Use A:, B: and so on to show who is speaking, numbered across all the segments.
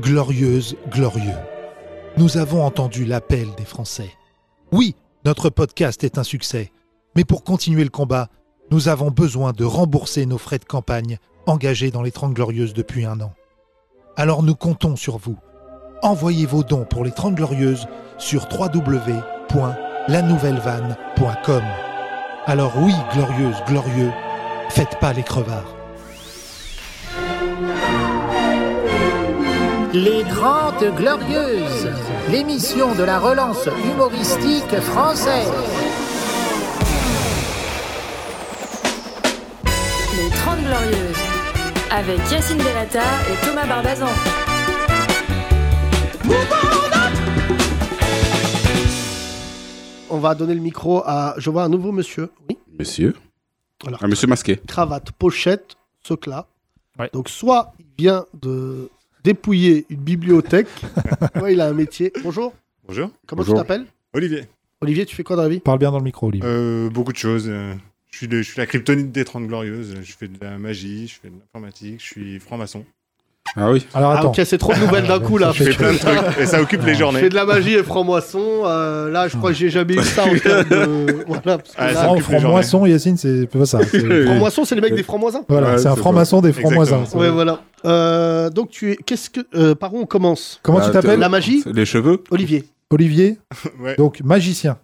A: Glorieuse, glorieux. Nous avons entendu l'appel des Français. Oui, notre podcast est un succès. Mais pour continuer le combat, nous avons besoin de rembourser nos frais de campagne engagés dans les 30 Glorieuses depuis un an. Alors nous comptons sur vous. Envoyez vos dons pour les 30 Glorieuses sur www.lanouvellevanne.com. Alors oui, glorieuse, glorieux, faites pas les crevards.
B: Les Grandes Glorieuses, l'émission de la relance humoristique française.
C: Les 30 Glorieuses, avec Yacine Delata et Thomas Barbazan.
D: On va donner le micro à. Je vois un nouveau monsieur. Oui.
E: Monsieur
D: Alors,
E: Un monsieur masqué.
D: cravate, pochette, socla.
F: Ouais.
D: Donc, soit il vient de dépouiller une bibliothèque, soit il a un métier. Bonjour,
G: Bonjour.
D: comment
E: Bonjour.
D: tu t'appelles
G: Olivier.
D: Olivier, tu fais quoi dans la vie
F: Parle bien dans le micro, Olivier.
G: Euh, beaucoup de choses. euh, Je suis, le- je suis la kryptonite des 30 Glorieuses. Je fais de la magie, je fais de l'informatique, je suis franc-maçon.
E: Ah oui.
F: Alors
D: Ah,
F: attends,
D: ok, c'est trop de nouvelles d'un coup là.
F: Ça
G: Je
F: fait
G: fais plein de trucs et ça occupe les
D: Je
G: journées.
D: fais de la magie et franc-moisson. euh, là, je crois que j'ai jamais eu ça en termes de. Voilà, parce que
G: Ah,
D: là,
G: ça
F: franc,
G: occupe les
F: franc-maçon, Yacine, c'est pas ça. c'est-
D: franc-moisson, c'est les mecs des francs-moisins.
F: Voilà,
E: Ouais,
F: c'est un
E: c'est
F: franc-maçon des
G: Exactement.
F: francs-moisins. ça.
D: Ouais, voilà. Euh, donc, tu es. Qu'est-ce que. euh, par où on commence
F: Comment
E: Bah,
F: tu t'appelles
D: La magie
E: Les cheveux
D: Olivier.
F: Olivier,
G: Ouais,
F: donc magicien.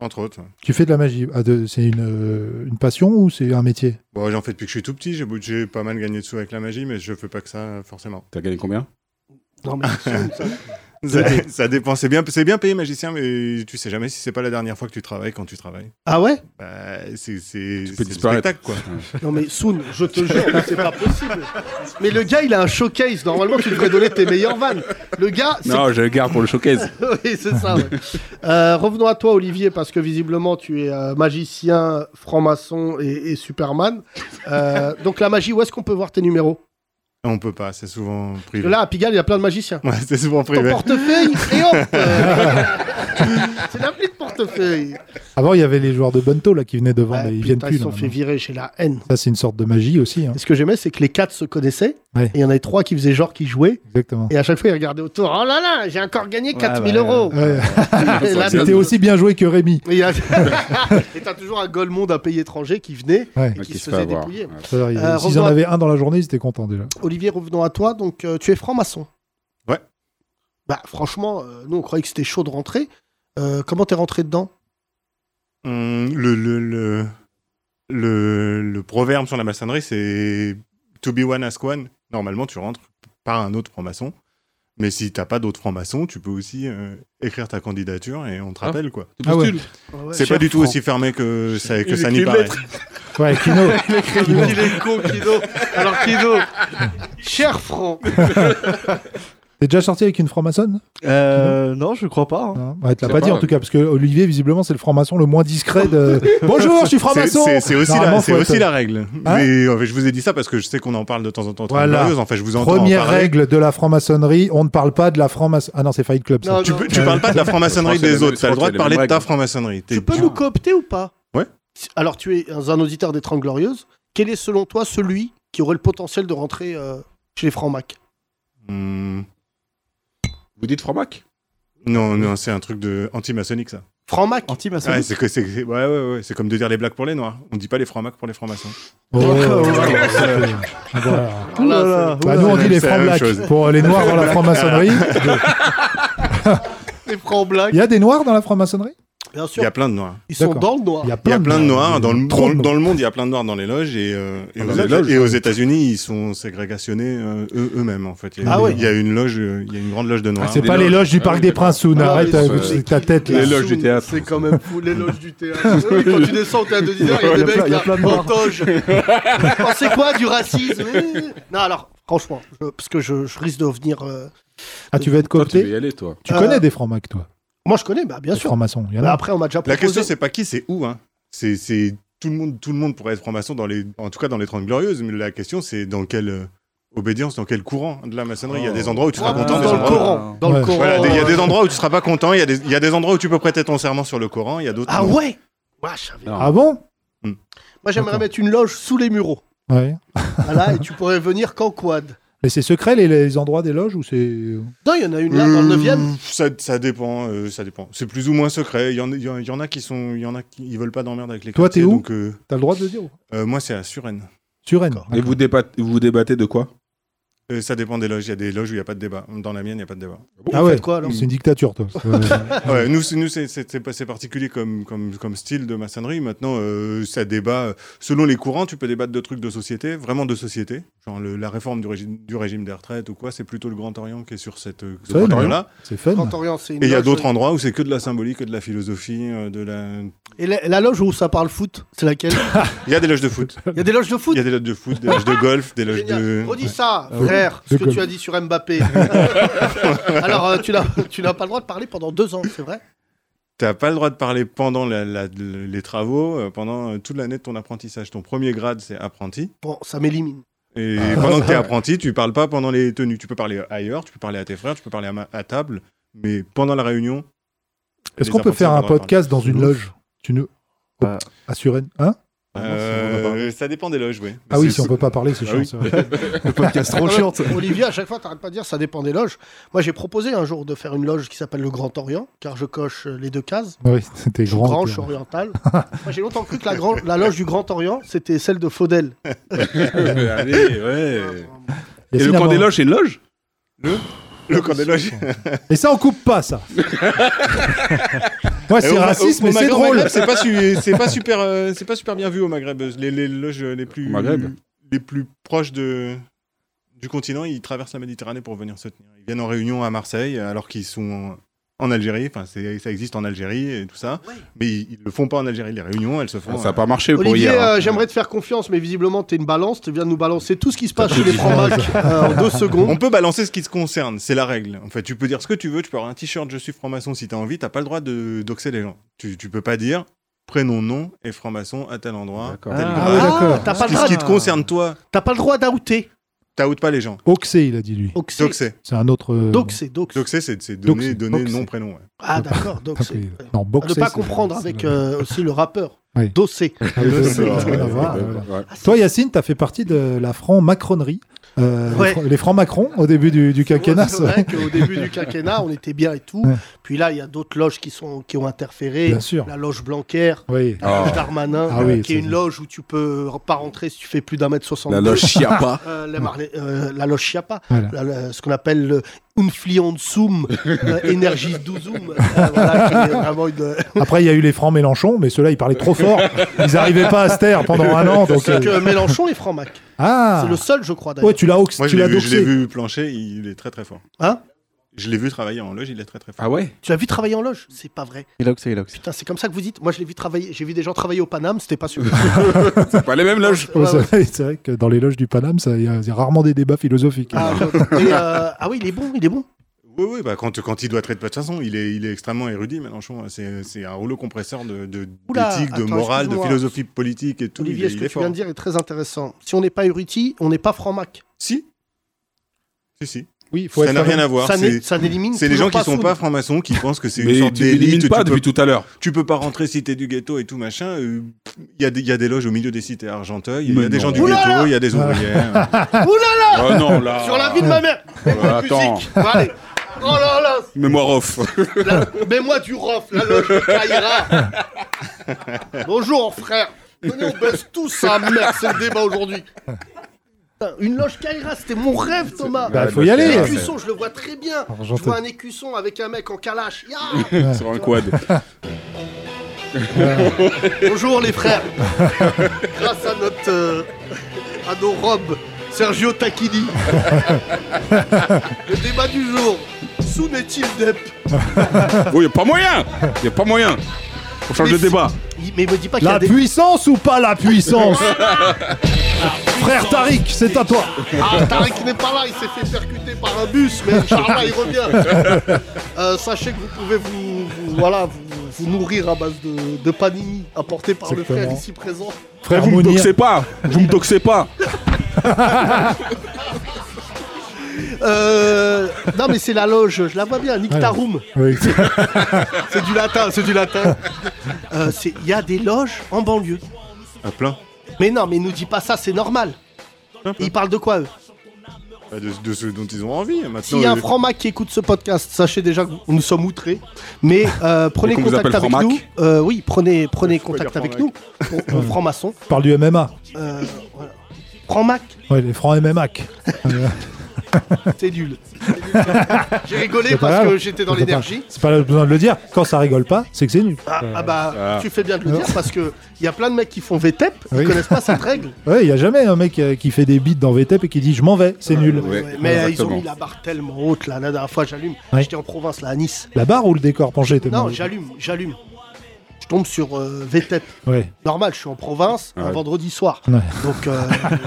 G: entre autres.
F: Tu fais de la magie. Ah, de- c'est une, euh, une passion ou c'est un métier
G: Bon, j'en fais depuis que je suis tout petit. J'ai beau- J'ai pas mal gagné de sous avec la magie, mais je fais pas que ça, forcément.
E: T'as gagné combien
D: Non, mais
G: Ça, ça dépend. C'est bien, c'est bien payé, magicien, mais tu sais jamais si c'est pas la dernière fois que tu travailles quand tu travailles.
D: Ah ouais
G: Bah, c'est c'est-
E: Tu
G: c'est
E: peux
G: du
E: disparaître.
G: spectacle, quoi.
D: Non mais Soon, je te jure, c'est pas possible. Mais le gars, il a un showcase. Normalement, tu devrais donner tes meilleurs vannes. Le gars, c'est...
E: Non, je le garde pour le showcase.
D: oui, c'est ça. ouais. Euh, revenons à toi, Olivier, parce que visiblement, tu es euh, magicien, franc-maçon et, et Superman. Euh, donc la magie, où est-ce qu'on peut voir tes numéros
G: On peut pas, c'est souvent
D: Parce que
G: privé.
D: Là, à Pigalle, il y a plein de magiciens.
G: Ouais, c'est souvent
D: Ton
G: privé.
D: portefeuille, et hop euh, C'est l'appli de portefeuille.
F: Avant, il y avait les joueurs de Bunto là, qui venaient devant,
D: Ouais,
F: mais ils
D: putain,
F: viennent plus.
D: ils se
F: là,
D: sont fait
F: maintenant.
D: virer chez la haine.
F: ça, c'est une sorte de magie aussi. hein.
D: Et ce que j'aimais, c'est que les quatre se connaissaient.
F: Ouais.
D: Et il y en avait trois qui faisaient genre qui jouaient.
F: Exactement.
D: Et à chaque fois, il regardait autour. Oh là là, j'ai encore gagné 4000
G: bah,
F: ouais,
D: euros.
F: Ouais.
D: Et là,
F: C'était
D: t'as-
F: aussi bien joué que Rémi.
D: Et il y a- Et t'as toujours un Golemond, un pays étranger qui venait
F: Ouais.
D: et qui,
E: Qui se
D: se
E: fait
D: faisait
E: avoir. Ah,
D: dépouiller.
E: Ouais.
F: Alors, ils-
D: Euh,
F: S'ils en
D: revoir-
F: avaient un dans la journée, ils étaient contents déjà.
D: Olivier, revenons à toi. Donc, euh, tu es franc-maçon.
G: Ouais.
D: Bah, franchement, euh, nous, on croyait que c'était chaud de rentrer. Euh, comment t'es rentré dedans
G: Hum, le, le, le, le, le proverbe sur la maçonnerie, c'est to be one, ask one. Normalement, tu rentres par un autre franc-maçon. Mais si t'as pas d'autre franc-maçon, tu peux aussi euh, écrire ta candidature et on te
E: Ah.
G: rappelle, quoi.
E: Ah ouais.
G: C'est pas du tout aussi fermé que ça, que
E: Il
G: ça
E: écrit
G: n'y
E: une
G: paraît.
E: lettre.
F: Ah Ouais, Kino. Kino.
D: Il est con, Kido. Alors, Kido, cher franc.
F: T'es déjà sorti avec une franc-maçonne
H: Euh, non, je crois pas. hein.
F: Non. Ouais, tu l'as
E: Je sais
F: pas dit
E: pas.
F: en tout cas, parce que Olivier, visiblement, c'est le franc-maçon le moins discret de. Bonjour, je suis
G: C'est-
F: franc-maçon
G: C'est c'est aussi,
F: Normalement,
G: la, c'est
F: faut
G: aussi
F: être-
G: la règle.
F: Hein
G: mais euh, je vous ai dit ça parce que je sais qu'on en parle de temps en temps. Très
F: Voilà.
G: glorieuse. Enfin, je vous entends en
F: Première
G: parler.
F: règle de la franc-maçonnerie, on ne parle pas de la franc-maçonnerie. Ah non, c'est Fight Club. ça.
D: Non,
G: Tu,
D: non.
G: peux- tu parles pas de la franc-maçonnerie
E: Je pense que
G: des
E: c'est
G: autres.
E: la-
G: T'as le droit
E: je pense que
G: de parler de
E: c'est la
G: ta
E: même
G: franc-maçonnerie. T'es-
D: Tu peux nous coopter ou pas
G: Ouais.
D: Alors, tu es un auditeur des Trente Glorieuses. Quel est, selon toi, celui qui aurait le potentiel de rentrer euh, chez les francs-mac
G: Hum,
E: Vous dites Fromac
G: Non, non, c'est un truc de anti-maçonnique, ça.
D: Franc-mac
H: Anti-maçon.
G: Ouais, c'est que- c'est- c'est- ouais, ouais, ouais, c'est comme de dire les blagues pour les noirs. On dit pas les francs macs pour les francs-maçons.
F: Oh,
D: Ouais, ouais, ouais.
F: ouais. Ah, voilà.
H: Oh là là,
F: Bah,
H: oula.
F: nous, on dit les
G: c'est la même
F: francs-blacks
G: chose.
F: pour les noirs dans la franc-maçonnerie.
D: Les francs-blacs.
F: Il y a des noirs dans la franc-maçonnerie
D: Bien
G: Il
D: sûr,
G: y a plein de noirs.
D: ils sont
F: D'accord.
D: dans le noir.
G: Il y a plein de noirs. Dans le,
F: Trop
G: dans,
F: de
G: dans le monde, il y a plein de noirs dans les loges. Et, euh, et
E: Ah,
G: aux,
E: dans les loges,
G: et
E: ouais.
G: aux États-Unis, ils sont ségrégationnés euh, eux- eux-mêmes, en fait. Il y a,
D: Ah ouais.
G: il y a une loge, euh, il y a une grande loge de noirs.
F: Ah, C'est pas les loges du Parc des Princes, Soun.
D: Ah,
F: Arrête
D: oui,
F: avec
E: c'est-
F: ta tête. là.
E: Les loges du théâtre.
D: C'est quand même fou, les loges du théâtre. Oui, quand tu descends au théâtre de Dinard, il y a des
H: plein-
D: mecs
H: il y a
D: là,
H: plein de
D: en
H: noirs.
D: toge. Oh, c'est quoi du racisme Oui. Non, alors, franchement, je- parce que je, je risque de venir. euh,
F: Ah, tu veux être
E: Toi, tu veux
F: coopté
E: y aller, toi.
F: Tu
D: Euh,
F: connais des francs-macs, toi
D: Moi, je connais, bah, bien
F: Des
D: sûr.
F: francs-maçons. Il y en
D: Mais
F: a.
D: après, on m'a déjà
G: La
D: proposé.
G: question, c'est pas qui, c'est où. Hein. C'est c'est tout le monde, tout le monde pourrait être franc-maçon dans les, en tout cas dans les 30 glorieuses. Mais la question, c'est dans quelle euh, obédience, dans quel courant de la maçonnerie. Il y a des endroits où tu seras
D: Ah,
G: content, des
D: dans le
G: endroits où-
D: Coran. Dans le
F: Ouais.
D: Coran. euh,
G: Voilà, des- il y a des endroits où tu seras pas content, il y, a des- il y a des endroits où tu peux prêter ton serment sur le Coran, il y a d'autres.
D: Ah
G: non.
D: ouais Moi, je savais.
E: Non.
F: Ah bon
D: Moi, j'aimerais
F: D'accord.
D: mettre une loge sous les mureaux.
F: Ouais.
D: Voilà, et tu pourrais venir qu'en quad.
F: Mais c'est secret les, les endroits des loges ou c'est.
D: Non, il y en a une là
F: Euh,
D: dans le 9
G: ça, ça dépend, euh, ça dépend. C'est plus ou moins secret. Il y en, il y en- il y en a qui sont, il y en a qui ils veulent pas d'emmerde avec les.
F: Toi,
G: quartiers,
F: t'es où
G: donc, euh,
F: T'as le droit de le dire ou pas
G: euh, Moi, c'est à Suresnes.
F: Sur Rennes.
E: Et vous, débat- vous vous débattez de quoi
G: Euh, ça dépend des loges. Il y a des loges où il y a pas de débat. Dans la mienne, il y a pas de débat.
F: Ah ouais,
D: quoi, alors
F: c'est une dictature toi. Ouais.
G: Ouais, nous, c'est- nous, c'est- c'est c'est pas- c'est particulier comme, comme, comme style de maçonnerie. Maintenant, euh, ça débat. euh, Selon les courants, tu peux débattre de trucs de société, vraiment de société. Genre le- la réforme du régime, du régime des retraites ou quoi, c'est plutôt le Grand Orient qui est sur cette, euh,
F: C'est vrai,
G: cette là
F: c'est fun.
D: Grand Orient, c'est une
G: Et il y a
D: loge-
G: d'autres endroits où c'est que de la symbolique, que de la philosophie, euh, de la.
D: Et la, la loge où ça parle foot, c'est laquelle
G: Il y a des loges de foot.
D: Il y a des loges de
G: Il
D: foot
G: y a des loges de foot, des loges de golf, des loges
D: Génial.
G: de. Ah
D: Redis ça, frère, ce
F: De
D: que
F: golf.
D: tu as dit sur Mbappé. Alors, euh, tu n'as tu n'as pas le droit de parler pendant deux ans, c'est vrai
G: T'as pas le droit de parler pendant la- la- les travaux, euh, pendant euh, toute l'année de ton apprentissage. Ton premier grade, c'est apprenti.
D: Bon, ça m'élimine.
G: Et
F: Ah.
G: pendant que t'es apprenti, tu parles pas pendant les tenues. Tu peux parler ailleurs, tu peux parler à tes frères, tu peux parler à, ma- à table, mais pendant la réunion.
F: Est-ce
G: les
F: qu'on peut faire un
G: apprentis, on en
F: podcast dans une
G: Ouf.
F: loge Tu ne.
H: Ah.
F: À Suresnes. Hein
G: parle.
H: Euh,
G: Euh, ça dépend des loges, oui.
F: Ah oui, si on peut pas parler, c'est
G: Ah
F: chiant.
G: oui.
F: c'est vrai.
H: Le podcast trop chiant.
D: Olivier, à chaque fois, t'arrêtes pas de dire, ça dépend des loges. Moi, j'ai proposé un jour de faire une loge qui s'appelle le Grand Orient, car je coche euh, les deux cases.
F: Ouais, Ah c'était
D: Je suis grand,
F: grand.
D: je suis oriental. Moi, j'ai longtemps cru que la, grand- la loge du Grand Orient, c'était celle de Faudel. Euh,
E: Allez,
G: Euh,
E: ouais. Et le
F: Yacine
E: camp
F: Avant-
E: des loges, c'est une loge
G: Le camp des loges.
F: Et ça, on coupe pas, ça. ouais,
G: Eh,
F: c'est
G: au-
F: raciste,
G: au- au
F: mais c'est
G: Maghreb,
F: drôle.
G: C'est pas, su- c'est pas super, euh, c'est pas super bien vu au Maghreb. Les, les loges les plus,
E: Au Maghreb.
G: les plus proches de du continent, ils traversent la Méditerranée pour venir se tenir. Ils viennent en réunion à Marseille, alors qu'ils sont en, en Algérie. Enfin, c'est- ça existe en Algérie et tout ça, mais ils, ils le font pas en Algérie. Les réunions, elles se font.
E: Ah, Ça
G: euh,
E: a pas marché pour
D: Olivier,
E: hier. hein.
D: euh, j'aimerais te faire confiance, mais visiblement, t'es une balance. Tu viens de nous balancer tout ce qui se passe chez
E: tout
D: les
E: dit.
D: francs-macs euh, en deux secondes.
G: On peut balancer ce qui te concerne, c'est la règle. En fait, tu peux dire ce que tu veux, tu peux avoir un t-shirt je suis franc-maçon si t'as envie, t'as pas le droit de doxer les gens. Tu, tu peux pas dire prénom, nom et franc-maçon à tel endroit.
E: D'accord.
G: tel
F: Ah ouais,
G: grade.
F: d'accord.
D: T'as pas, le
G: ce
D: droit-
G: qui te concerne toi,
D: t'as pas le droit d'outer.
G: t'outes pas les gens.
F: Oxé, il a dit lui.
D: Doxé.
G: Doxer.
F: C'est un autre. euh,
D: Doxé, doxé.
G: Doxer, c'est c'est donner,
F: Doxer,
G: donner
F: doxer.
G: nom, prénom. ouais.
D: Ah, d'accord,
F: t'as
D: doxé.
F: pris-
D: Ouais.
F: Non,
D: À
F: boxé.
D: ne pas
F: c'est-
D: comprendre
F: c'est-
D: avec euh, aussi le rappeur.
F: Oui.
D: Dossé.
F: Ah, le-
D: dossier.
F: le- rien à voir,
E: Ouais,
F: voilà.
E: ouais.
F: Toi, Yacine, t'as fait partie de la franc-macronerie. euh, les
D: Ouais.
F: fran- Les francs Macron au début du, du quinquennat.
D: C'est
F: ça.
D: vrai qu'au début du quinquennat, on était bien et tout.
F: Ouais.
D: Puis là, il y a d'autres loges qui, sont, qui ont interféré.
F: Bien sûr.
D: La loge Blanquer,
F: Oui.
D: la
E: Ah.
D: loge Darmanin,
F: Ah oui,
D: qui est
F: ça-
D: une loge où tu peux pas rentrer si tu fais plus d'un mètre soixante.
E: La loge Chiapa.
D: Euh, la, Marley- euh, la loge Chiappa,
F: Voilà.
D: la- la- ce qu'on appelle le Unflionsum, euh, Energis Duzum, euh, voilà, qui est vraiment une, euh,
F: Après, il y a eu les francs Mélenchon, mais ceux-là, ils parlaient trop fort. Ils n'arrivaient pas à se taire pendant un an. Donc,
D: C'est
F: euh,
D: que Mélenchon est franc-mac.
F: Ah
D: C'est le seul, je crois, d'ailleurs.
F: Ouais, tu l'as ox-
G: Moi, je
F: tu
G: l'ai
F: l'as
G: vu, je l'ai
F: doxé.
G: vu plancher, il est très très fort.
D: Hein
G: Je l'ai vu travailler en loge, il est très très fort.
E: Ah ouais
D: Tu l'as vu travailler en loge C'est pas vrai.
H: Il ox, il ox.
D: Putain, c'est comme ça que vous dites. Moi, je l'ai vu travailler. J'ai vu des gens travailler au Paname, c'était pas sûr. Ah,
E: C'est pas les mêmes loges.
F: Ouais, c'est vrai- c'est vrai que dans les loges du Paname, ça- il y, a- il y a rarement des débats philosophiques.
D: Ah, ouais. Et, euh, ah oui, il est bon, il est bon.
G: Oui, oui, bah, quand, quand il doit traiter de toute façon, il est, il est extrêmement érudit, Mélenchon. hein. C'est c'est un rouleau compresseur de- de-
D: Oula,
G: d'éthique, de,
D: attends,
G: morale, de
D: excuse-moi.
G: philosophie politique et tout. il
D: Olivier,
G: est-
D: ce
G: il
D: que
G: est
D: tu
G: fort.
D: viens de dire est très intéressant. Si on n'est pas Uruti, on n'est pas franc-mac.
G: Si. Si, si.
F: oui, il
G: ça n'a rien à voir.
D: Ça
G: C'est
D: n'est- ça n'élimine
G: c'est les gens qui
D: toujours
G: sont
D: Soun.
G: pas francs-maçons qui pensent que c'est une
E: Mais
G: sorte
E: tu élimines
G: d'élite.
E: pas
G: tu, peux,
E: depuis tout à l'heure.
G: tu peux pas rentrer si t'es du ghetto et tout machin. euh, pff, Il y, a des- il y a des loges au milieu des cités à Argenteuil. Il y
E: Mais
G: a des
E: non.
G: gens du
D: Oulala
G: ghetto, il y a des ouvrières. euh,
E: Oh non, là.
D: Sur la vie de ma mère. Mets-moi
E: Ah,
D: de
E: attends.
D: musique. Bon, allez. Oh là là,
E: Mémoire off.
D: la- mets-moi du rof, la loge de Kaira. Bonjour, frère. Venez, on baisse tous sa mère, c'est le débat aujourd'hui. Putain, Une loge Kaira, c'était mon rêve, Thomas.
F: Bah, faut y
E: Ouais,
F: aller. Ah,
E: ouais,
D: Écusson, je le vois très bien. Je
F: Argenteuil.
D: vois un écusson avec un mec en calache. Ya
E: ouais. Sur un quad.
D: Bonjour les frères. Grâce à notre euh, à nos robes, Sergio Tacchini. le débat du jour. Soun est-il Depp
E: Oh, y a pas moyen Y a pas moyen On change de
D: Mais si-
E: débat.
D: Il- Mais me dis pas qu'il y
F: La
D: a des
F: puissance ou pas la puissance Frère Tariq, c'est à toi.
D: Ah, Tarek n'est pas là, il s'est fait percuter par un bus, mais Inch'Allah, il revient. Euh, sachez que vous pouvez vous, vous- voilà, vous, vous nourrir à base de, de panini apporté par le frère
F: Exactement.
D: ici présent.
F: Frère
E: vous me
F: Mounir.
E: doxez pas Vous me doxez pas
D: Euh, non, mais c'est la loge, je la vois bien, Nick ta room.
F: Oui.
D: C'est du latin, c'est du latin. Euh, c'est- Il y a des loges en banlieue.
G: à plein.
D: Mais non, mais nous dis pas ça, c'est normal. Ils parlent de quoi, eux
G: Bah, de, de ce dont ils ont envie. Maintenant,
D: S'il y a un
G: euh,
D: franc-mac qui écoute ce podcast, sachez déjà que nous sommes outrés. Mais euh, prenez
E: Et qu'on vous
D: contact
E: appelle
D: avec
E: franc-mac
D: nous. Euh, oui, prenez, prenez
G: Je peux
D: contact
G: dire
D: avec nous. Pour- euh, Franc-maçon.
F: Je parle du MMA.
D: Euh, voilà. Franc-mac,
F: Ouais, les francs MMAC.
D: c'est nul. J'ai rigolé
F: pas
D: parce
F: grave.
D: que j'étais dans
F: C'est pas-
D: l'énergie.
F: C'est pas besoin de le dire. Quand ça rigole pas, c'est que c'est nul.
D: Ah, ah bah,
E: Ah.
D: tu fais bien de le dire parce que il y a plein de mecs qui font VTEP,
F: Oui.
D: ils connaissent pas cette règle.
F: Ouais, il y a jamais un mec euh, qui fait des beats dans VTEP et qui dit je m'en vais, c'est nul.
E: Ouais,
D: mais euh, ils ont
E: exactement.
D: mis la barre tellement haute là. La dernière fois, j'allume.
F: Ouais.
D: J'étais en province là, à Nice.
F: La barre ou le décor penché était
D: Non,
F: bon.
D: j'allume, j'allume. Je tombe sur euh, VTEP.
F: Ouais.
D: Normal, je suis en province un
E: Ouais.
D: vendredi soir.
F: Ouais.
D: Donc euh,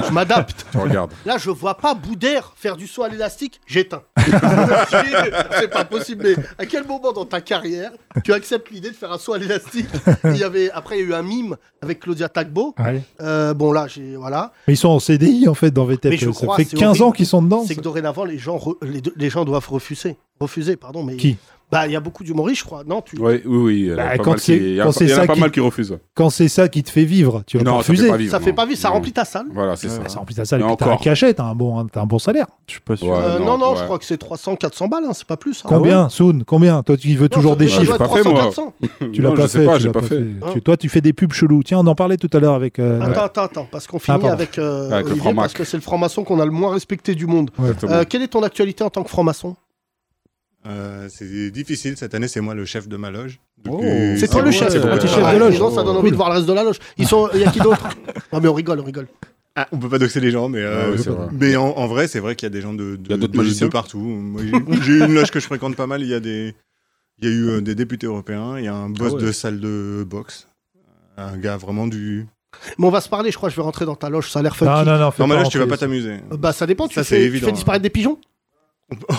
D: je m'adapte.
E: Tu regardes.
D: Là, je vois pas Boudère faire du saut à l'élastique, j'éteins. C'est pas possible. Mais à quel moment dans ta carrière tu acceptes l'idée de faire un saut à l'élastique Il y avait après il y a eu un mime avec Claudia Tagbo.
F: Ouais.
D: Euh, bon là, j'ai voilà.
F: Mais ils sont en CDI en fait dans VTEP.
D: Mais je
F: Ça
D: crois,
F: fait
D: c'est
F: 15 ans
D: horrible.
F: qu'ils sont dedans.
D: C'est que dorénavant les gens re- les, les gens doivent refuser, refuser pardon. Mais
F: Qui
D: Bah il y a beaucoup d'humoristes, je crois. Non, tu
E: Ouais, oui, oui. Il y en a
F: Bah,
E: pas
F: quand
E: mal
F: c'est-
E: qui- il y en
F: quand
E: a
F: c'est
E: il y en
F: ça
E: a pas
F: qui-
E: mal qui refusent.
F: Quand c'est ça qui te fait vivre, tu vas pas
E: Non, ça
F: refuser. Bah,
E: fait pas vivre.
D: ça fait
E: non.
D: pas vivre, ça
E: Non.
D: remplit ta salle.
E: Voilà, c'est ça.
F: Ouais, ça remplit ta salle.
E: Et
F: Et puis T'as un
E: encore.
F: cachet, t'as un bon, hein, t'as un bon salaire.
H: Je suis pas sûr.
E: Ouais,
D: Euh, non, non,
E: ouais.
D: je crois que c'est 300, 400 balles, hein, c'est pas plus. hein.
F: Combien, Soon Combien Toi, tu veux
D: Non,
F: toujours
D: ça
F: des
D: doit- ça
F: chiffres.
D: doit être
E: Pas fait, moi.
D: 300, 400.
F: Tu
E: Non,
F: l'as pas
E: je sais
F: fait.
E: pas,
F: tu
E: j'ai
F: l'as
E: pas fait.
F: Tu- toi, tu fais des pubs cheloues. Tiens, on en parlait tout à l'heure avec. euh,
D: Attends, attends, attends, parce qu'on finit
F: pardon.
D: avec, euh,
G: Ah,
E: Avec le
D: Olivier,
E: franc-mac.
D: parce que c'est le franc-maçon qu'on a le moins respecté du monde.
F: ouais.
E: Exactement.
D: Euh, quelle est ton actualité en tant que franc-maçon
G: euh, c'est difficile. Cette année, c'est moi le chef de ma loge. euh, Depuis-
E: Oh.
D: C'est
E: C'est
D: toi le
E: vrai,
D: chef.
E: c'est
D: pourquoi
E: vrai.
D: tu chef
F: Ah,
D: de loge.
F: cool.
D: Non, ça donne envie de voir le reste de la loge. Ils sont, il y a qui d'autre Non, mais on rigole, on rigole.
G: Ah, on peut pas doxer les gens, mais, euh,
E: Ah oui, c'est
G: mais
E: vrai.
G: mais en, en vrai, c'est vrai qu'il y a des gens de,
E: y
G: de,
E: a d'autres
G: de-
E: magiciens
G: de partout. Moi, j'ai- J'ai une loge que je fréquente pas mal. Il y a des, il y a eu euh, des députés européens. Il y a un boss
E: Ah ouais.
G: de salle de boxe. Un gars vraiment du.
D: Mais on va se parler, je crois, je vais rentrer dans ta loge, ça a l'air funky.
F: Non, non, non. fais
G: Dans ma
F: pas
G: loge, tu vas
F: rentrer.
G: pas t'amuser.
D: Euh, Bah ça dépend, tu,
G: Ça, c'est
D: fais, tu
G: évident,
D: fais disparaître des pigeons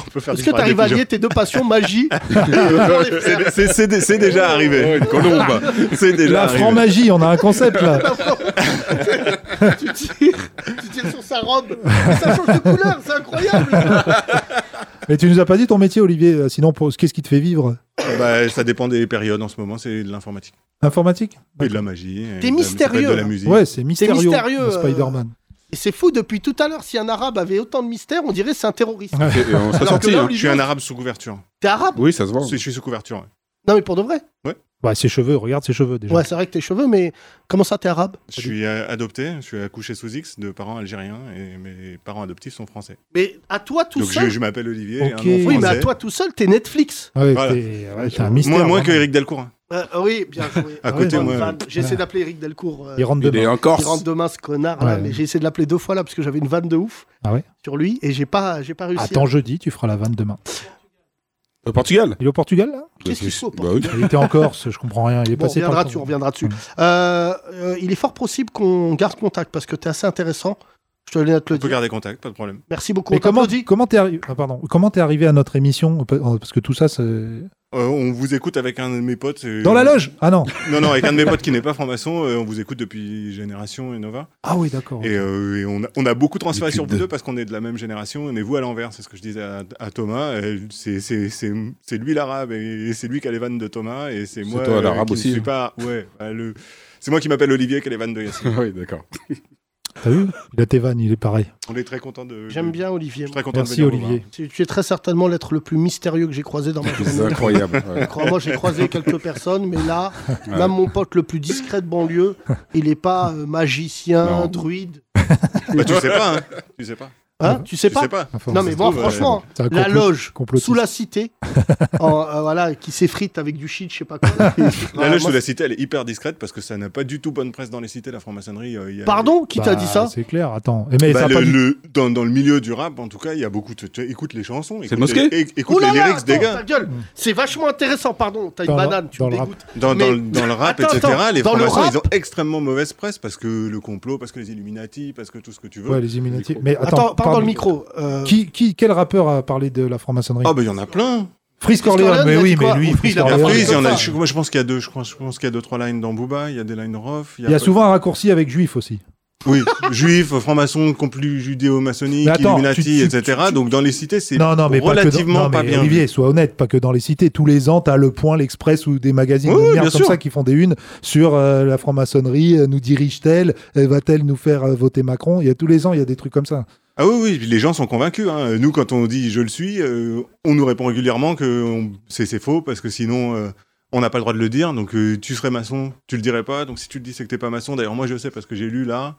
G: On peut faire
D: Est-ce que
G: disparaître
D: t'arrives
G: des
D: à
G: pigeons.
D: lier tes deux passions, magie
G: C'est- c'est- c'est- C'est dé- c'est déjà arrivé.
E: une
G: Bah,
E: colombe.
G: C'est déjà
F: La
G: arrivé.
F: franc-magie, on a un concept là.
D: tu, tires, tu tires sur sa robe, Mais ça change de couleur, c'est incroyable
F: Mais tu nous as pas dit ton métier, Olivier. euh, Sinon, pour- qu'est-ce qui te fait vivre
G: Bah, ça dépend des périodes. En ce moment, c'est de l'informatique.
F: Informatique
G: Et de la magie. et de
D: T'es
G: la-
D: mystérieux,
G: De la
D: là.
G: musique.
F: Ouais, c'est mystérieux.
D: mystérieux,
F: le
D: euh,
F: Spider-Man.
D: Et c'est fou, depuis tout à l'heure, si un arabe avait autant de mystère, on dirait c'est un terroriste.
E: Et- et on s'est
D: Alors que
E: sorti.
D: là,
E: hein.
G: Je suis un arabe sous couverture.
D: T'es arabe
E: Oui, ça se
F: Oh.
E: voit.
G: Je suis sous couverture. ouais.
D: Non mais pour de vrai
F: Bah, ses cheveux, regarde ses cheveux déjà.
D: Ouais, c'est vrai que tes cheveux, mais comment ça, t'es arabe
G: Je suis euh, adopté, je suis accouché sous X de parents algériens et mes parents adoptifs sont français.
D: Mais à toi tout
G: Donc je,
D: seul
G: je m'appelle Olivier. Un nom
F: Ok.
D: Oui, mais à
G: français.
D: toi tout seul, t'es Netflix.
F: Ah Ouais,
G: Voilà.
F: t'es ouais, t'es un mystère.
G: Moins, moins que
F: vraiment.
G: Eric Delcourt. hein.
D: Euh, oui, bien joué.
G: À
D: Bonne
G: côté, moi.
D: vanne. J'ai essayé d'appeler Eric Delcourt. euh,
F: Il rentre
E: Il est
F: dedans.
E: en
D: il rentre
E: Corse.
D: demain ce connard là,
F: Ouais.
D: mais j'ai essayé de l'appeler deux fois là parce que j'avais une vanne de ouf
F: Ah ouais
D: sur lui et j'ai pas, j'ai pas réussi.
F: Attends jeudi, tu feras la vanne demain.
E: Au Portugal.
F: Il est au Portugal là
D: Qu'est-ce qu'il faut,
E: Bah oui.
F: Il était en Corse, je comprends rien. Il est
D: Bon, on
F: passé
D: reviendra
F: par
D: dessus, on reviendra dessus. Euh, euh, il est fort possible qu'on garde contact parce que t'es assez intéressant. Je te laisse te le
G: On peut
D: dire.
G: garder contact, pas de problème.
D: Merci beaucoup.
F: Mais
D: on
F: comment
D: t'applaudit.
F: comment t'es arri- ah, pardon. Comment t'es arrivé à notre émission euh, Parce que tout ça, c'est
G: Euh, on vous écoute avec un de mes potes. euh,
F: dans la loge. Ah non.
G: Non, non, avec un de mes potes qui n'est pas franc-maçon. euh, on vous écoute depuis Génération et Nova.
F: Ah oui, d'accord.
G: Et, euh, et on, a, on a beaucoup transféré
E: Depuis
G: sur vous
E: deux.
G: deux parce qu'on est de la même génération. On est vous à l'envers, c'est ce que je disais à, à Thomas. euh, C'est c'est- c'est- c'est lui l'arabe et c'est lui qui a les vannes de Thomas. Et
E: C'est
G: c'est moi
E: toi,
G: euh,
E: l'arabe
G: qui ne
E: aussi,
G: suis
E: hein.
G: pas. Ouais, bah, le- c'est moi qui m'appelle Olivier qui a les vannes de Yassine.
E: Oui, d'accord.
F: T'as vu Il a tes vannes, il est pareil.
G: On est très content de.
D: J'aime bien
G: Je
D: Olivier.
G: suis très content
F: Merci
G: de venir vous
F: Olivier.
D: Tu, tu es très certainement l'être le plus mystérieux que j'ai croisé dans ma
E: C'est
D: journée.
E: incroyable. ouais.
D: Crois-moi, j'ai croisé quelques personnes, mais là, même mon pote le plus discret de banlieue, il n'est pas euh, magicien,
E: Non.
D: druide.
G: voir. Bah, tu sais pas, hein. Tu sais pas.
D: Hein Tu sais
G: Tu
D: pas
G: sais pas.
F: Enfin,
D: Non,
F: c'est-
D: mais moi,
G: trouve, euh,
D: franchement,
F: c'est un
D: la
F: complot-
D: loge,
F: complotiste.
D: sous la cité, en, euh, voilà, qui s'effrite avec du shit, je sais pas quoi.
G: La
D: Voilà,
G: loge
D: moi,
G: de la cité, elle est hyper discrète parce que ça n'a pas du tout bonne presse dans les cités, la franc-maçonnerie. euh, il y a-
D: Pardon Qui t'a
F: Bah,
D: dit ça
F: C'est clair. Attends. Eh, mais
G: Bah,
F: ça a
G: le-
F: pas dit-
G: le- dans, dans le milieu du rap, en tout cas, il y a beaucoup de. tu écoutes les chansons.
E: C'est
G: écoute
E: mosquée
G: les- é- Écoute
D: Oh là
G: les
D: là,
G: lyrics des
D: attends,
G: gars.
D: ta gueule. C'est vachement intéressant, pardon, t'as
F: Mm. Dans
D: une
F: le-
D: banane, tu
F: dans
D: me
F: le rap.
D: dégoûtes.
G: Dans,
D: Mais-
G: dans le- dans le rap,
D: Attends,
G: etc.,
D: attends,
G: les
D: dans le
G: francs-maçons,
D: rap-
G: ils ont extrêmement mauvaise presse parce que le complot, parce que les Illuminati, parce que tout ce que tu veux.
F: Ouais, les Illuminati. Mais attends,
D: Attends, parle dans le
F: pardon.
D: micro. euh,
F: Qui, qui, quel rappeur a parlé de la franc-maçonnerie
G: Ah, bah, il y en a plein.
F: Freeze
D: Corleone,
F: Corleone,
D: il
F: mais
D: a dit
F: oui,
D: quoi
F: mais lui,
D: Oui,
F: Freeze
D: il a
F: Corleone.
D: parlé
G: Freeze, il y en a-
D: ça.
G: je- moi, je pense qu'il y a deux, je crois- je pense qu'il y a deux, trois lines dans Booba, il y a des lines rough.
F: Il y a souvent un raccourci avec Juif aussi.
G: Oui, juifs, francs-maçons, complus judéo-maçoniques,
F: Mais attends,
G: Illuminati,
F: tu- tu-
G: etc. Donc dans les cités, c'est
F: Non, non, mais
G: relativement
F: pas, que dans- non,
G: pas
F: mais
G: bien.
F: Olivier, sois honnête, pas que dans les cités. Tous les ans, t'as le Point, l'Express ou des magazines
G: Oui,
F: de
G: oui,
F: merde
G: bien
F: comme
G: sûr.
F: ça qui font des unes sur euh, la franc-maçonnerie. euh, nous dirige-t-elle Euh, Va-t-elle nous faire euh, voter Macron Il y a tous les ans, il y a des trucs comme ça.
G: Ah oui, oui, les gens sont convaincus. hein. Nous, quand on dit je le suis, euh, on nous répond régulièrement que on- c'est c'est faux parce que sinon, euh, on n'a pas le droit de le dire. Donc, euh, tu serais maçon, tu le dirais pas. Donc, si tu le dis, c'est que t'es pas maçon. D'ailleurs, moi, je sais parce que j'ai lu là.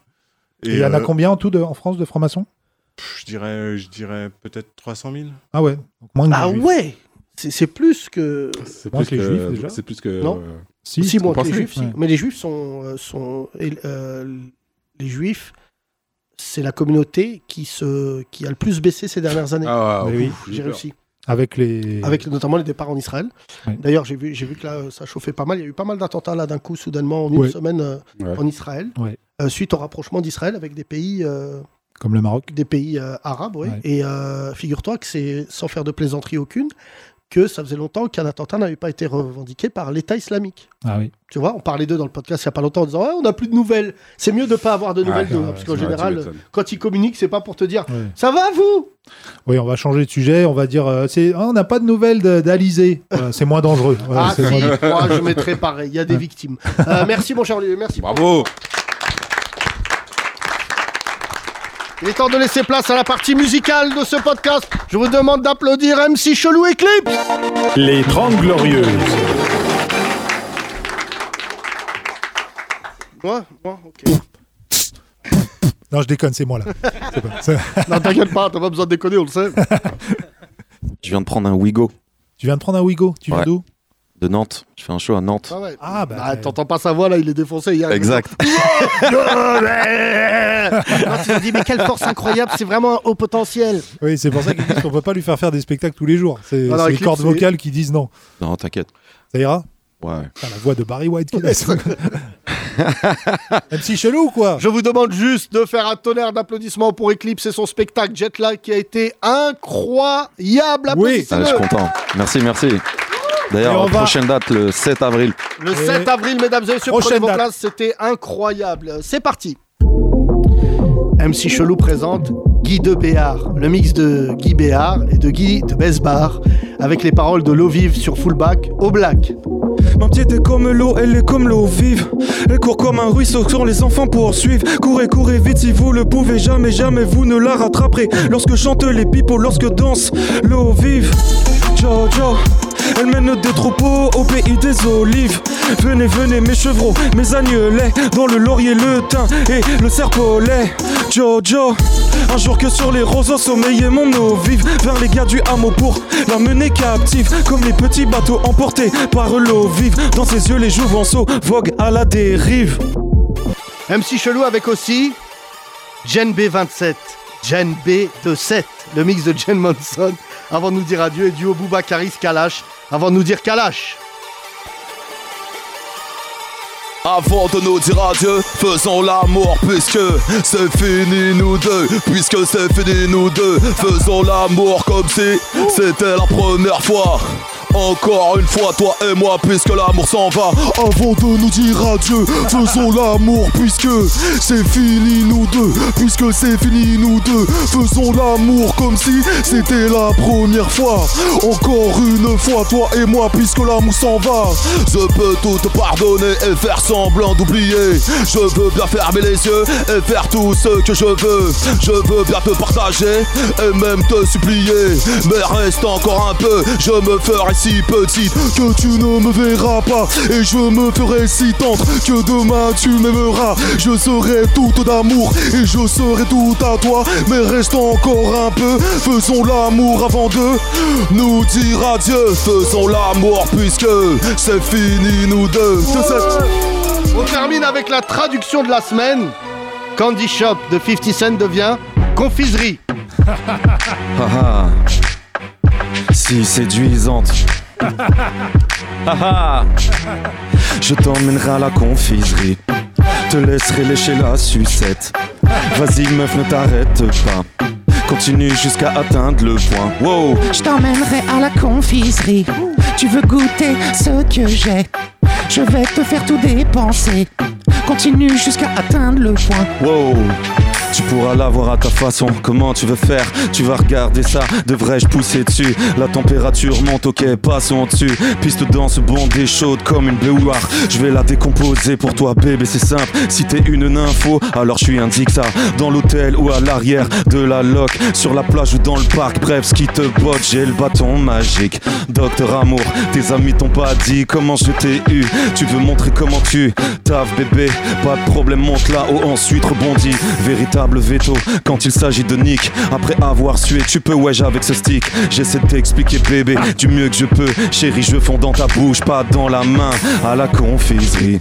F: Et il y en a
G: euh,
F: combien en tout de- en France de francs-maçons
G: pff, Je dirais, je dirais peut-être 300 000.
F: Ah ouais, donc moins que
D: Ah
F: les Juifs.
D: ouais C'est c'est plus que.
E: C'est
F: Moins
E: plus
F: que les Juifs, déjà.
E: que. C'est plus que.
D: Non.
E: euh,
F: Si,
D: si, moi,
E: pense
D: les
E: que-
D: juifs, si.
F: ouais.
D: Mais les juifs sont. euh, sont et, euh, les juifs, c'est la communauté qui, se, qui a le plus baissé ces dernières années. Eh
E: Ah,
F: Mais oui.
E: ouf,
D: J'ai
E: peur.
D: réussi.
F: avec les.
D: Avec notamment les départs en Israël.
F: Ouais.
D: D'ailleurs, j'ai vu, j'ai vu que là, euh, ça chauffait pas mal. Il y a eu pas mal d'attentats là d'un coup, soudainement, en une
F: Ouais.
D: semaine euh,
E: Ouais.
D: en Israël,
F: Ouais.
D: Euh, suite au rapprochement d'Israël avec des pays, euh,
F: Comme le Maroc.
D: des pays euh, arabes. ouais.
F: Ouais.
D: Et euh, figure-toi que c'est, sans faire de plaisanterie aucune, que ça faisait longtemps qu'un attentat n'avait pas été revendiqué par l'État islamique.
F: Ah oui.
D: Tu vois, on parlait d'eux dans le podcast il n'y a pas longtemps en disant Ah, on n'a plus de nouvelles. C'est mieux de ne pas avoir de nouvelles
F: ouais,
D: d'eux, hein,
F: ouais,
D: parce qu'en
E: Ouais, tu
D: général,
E: m'étonnes.
D: quand ils communiquent, c'est pas pour te dire
F: Ouais.
D: Ça va, vous
F: Oui, on va changer de sujet. On va dire, euh, c'est, ah, on n'a pas de nouvelles de- d'Alizé. Euh, c'est moins dangereux. Ouais,
D: Ah, si,
F: c'est moins dangereux.
D: moi, je mettrais pareil. Il y a des victimes. Euh, merci, mon cher Olivier. Merci. pour-
E: Bravo
D: Il est temps de laisser place à la partie musicale de ce podcast. Je vous demande d'applaudir MC Chelou Eclipse.
I: Les 30 Glorieuses.
D: Ouais, ouais, ok.
F: Non, je déconne, c'est moi là. C'est pas- c'est-
D: Non, t'inquiète pas, t'as pas besoin de déconner, on le sait.
J: Je viens de prendre un Wigo
F: Tu viens de prendre un Wigo Tu viens
J: Ouais.
F: d'où
J: de Nantes. Je fais un show à Nantes.
D: Ah ouais.
F: Ah bah.
D: Ah, t'entends pas sa voix là, il est défoncé. hier.
J: Exact.
D: Non, tu te dis, mais quelle force incroyable, c'est vraiment un haut potentiel.
F: Oui, c'est pour ça qu'ils disent qu'on peut pas lui faire faire des spectacles tous les jours. C'est,
D: Non, non,
F: c'est les
D: Eclipse,
F: cordes
D: c'est-
F: vocales qui disent non.
J: Non, t'inquiète.
F: Ça ira
J: Ouais.
F: Putain, La voix de Barry White qui laisse. Même si chelou ou quoi
D: Je vous demande juste de faire un tonnerre d'applaudissements pour Eclipse et son spectacle Jetlag qui a été incroyable.
F: Oui.
J: Ah, je suis
D: Applaudissez-le.
J: content. Merci, merci.
F: Et on
J: D'ailleurs,
F: va-
J: prochaine date, le 7 avril.
D: Le 7 avril, mesdames et messieurs, prenez
F: Prochaine
D: vos
F: date.
D: places, c'était incroyable. C'est parti. MC Chelou présente Guy de Béard, le mix de Guy Béard et de Guy de Besbar, avec les paroles de l'eau vive sur Fullback au Black.
I: Ma petite est comme l'eau, elle est comme l'eau vive. Elle court comme un ruisseau quand les enfants poursuivent. Courez, courez vite si vous le pouvez, jamais, jamais vous ne la rattraperez. Lorsque chantent les pipos, lorsque danse l'eau vive. Jojo, elle mène des troupeaux au pays des olives. Venez, venez, mes chevreaux, mes agnelets, dans le laurier, le thym et le serpolet. Jojo, un jour que sur les roseaux sommeillait mon eau vive, vers les gars du hameau pour la mener captive, comme les petits bateaux emportés par l'eau vive. Dans ses yeux, les jouvenceaux voguent à la dérive.
D: MC Chelou avec aussi Gen B27, Gen B27, le mix de Jen Manson, avant de nous dire adieu, et du haut Boubacaris Kalash, avant de nous dire Kalash.
K: Avant de nous dire adieu, faisons l'amour puisque c'est fini nous deux, puisque c'est fini nous deux, faisons l'amour comme si c'était la première fois. Encore une fois, toi et moi, puisque l'amour s'en va. Avant de nous dire adieu, faisons l'amour, puisque c'est fini nous deux, puisque c'est fini nous deux. Faisons l'amour comme si c'était la première fois. Encore une fois, toi et moi, puisque l'amour s'en va. Je peux tout te pardonner et faire semblant d'oublier. Je veux bien fermer les yeux et faire tout ce que je veux. Je veux bien te partager et même te supplier. Mais reste encore un peu, je me ferai si petite que tu ne me verras pas. Et je me ferai si tendre que demain tu m'aimeras. Je serai toute d'amour et je serai tout à toi. Mais reste encore un peu, faisons l'amour avant de nous dire adieu. Faisons l'amour puisque c'est fini nous deux. C'est cette-
D: On termine avec la traduction de la semaine. Candy Shop de 50 Cent devient confiserie.
J: Haha. Si séduisante. Haha. Je t'emmènerai à la confiserie. Te laisserai lécher la sucette. Vas-y, meuf, ne t'arrête pas. Continue jusqu'à atteindre le point. Wow!
K: Je t'emmènerai à la confiserie. Tu veux goûter ce que j'ai. Je vais te faire tout dépenser. Continue jusqu'à atteindre le point.
J: Wow Tu pourras l'avoir à ta façon, comment tu veux faire Tu vas regarder ça, devrais-je pousser dessus La température monte, ok, passons dessus Piste dense, bondée, chaude comme une bouilloire Je vais la décomposer pour toi bébé, c'est simple Si t'es une nympho, alors je suis un ça Dans l'hôtel ou à l'arrière de la loque Sur la plage ou dans le parc, bref, ce qui te botte J'ai le bâton magique, docteur amour Tes amis t'ont pas dit comment je t'ai eu Tu veux montrer comment tu taf bébé Pas de problème, monte là-haut, ensuite rebondis Véritable veto quand il s'agit de Nick Après avoir sué, tu peux wesh avec ce stick J'essaie de t'expliquer bébé, du mieux que je peux Chérie, je fonds dans ta bouche, pas dans la main À la confiserie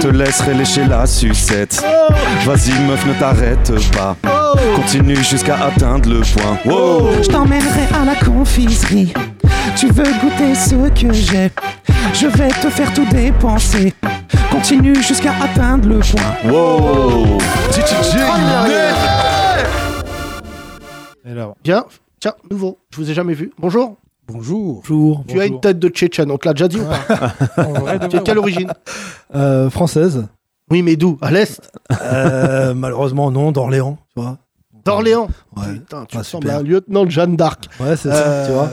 J: Te laisserai lécher la sucette Vas-y meuf, ne t'arrête pas Continue jusqu'à atteindre le point Wow.
L: Je t'emmènerai à la confiserie. Tu veux goûter ce que j'ai. Je vais te faire tout dépenser. Continue jusqu'à atteindre le point.
J: Wow
D: Alors. Tiens, tiens, nouveau. Je vous ai jamais vu. Bonjour.
M: Bonjour.
D: Tu as une tête de Tchétchène, on te l'a déjà dit ou pas Tu es de quelle origine
M: Euh, française.
D: Oui, mais d'où À l'Est
M: Euh, Malheureusement, non, d'Orléans, tu vois.
D: D'Orléans
M: Ouais.
D: Putain, tu
M: pas
D: ressembles
M: super.
D: à un lieutenant de Jeanne d'Arc.
M: Ouais, c'est
D: Euh,
M: ça, tu vois.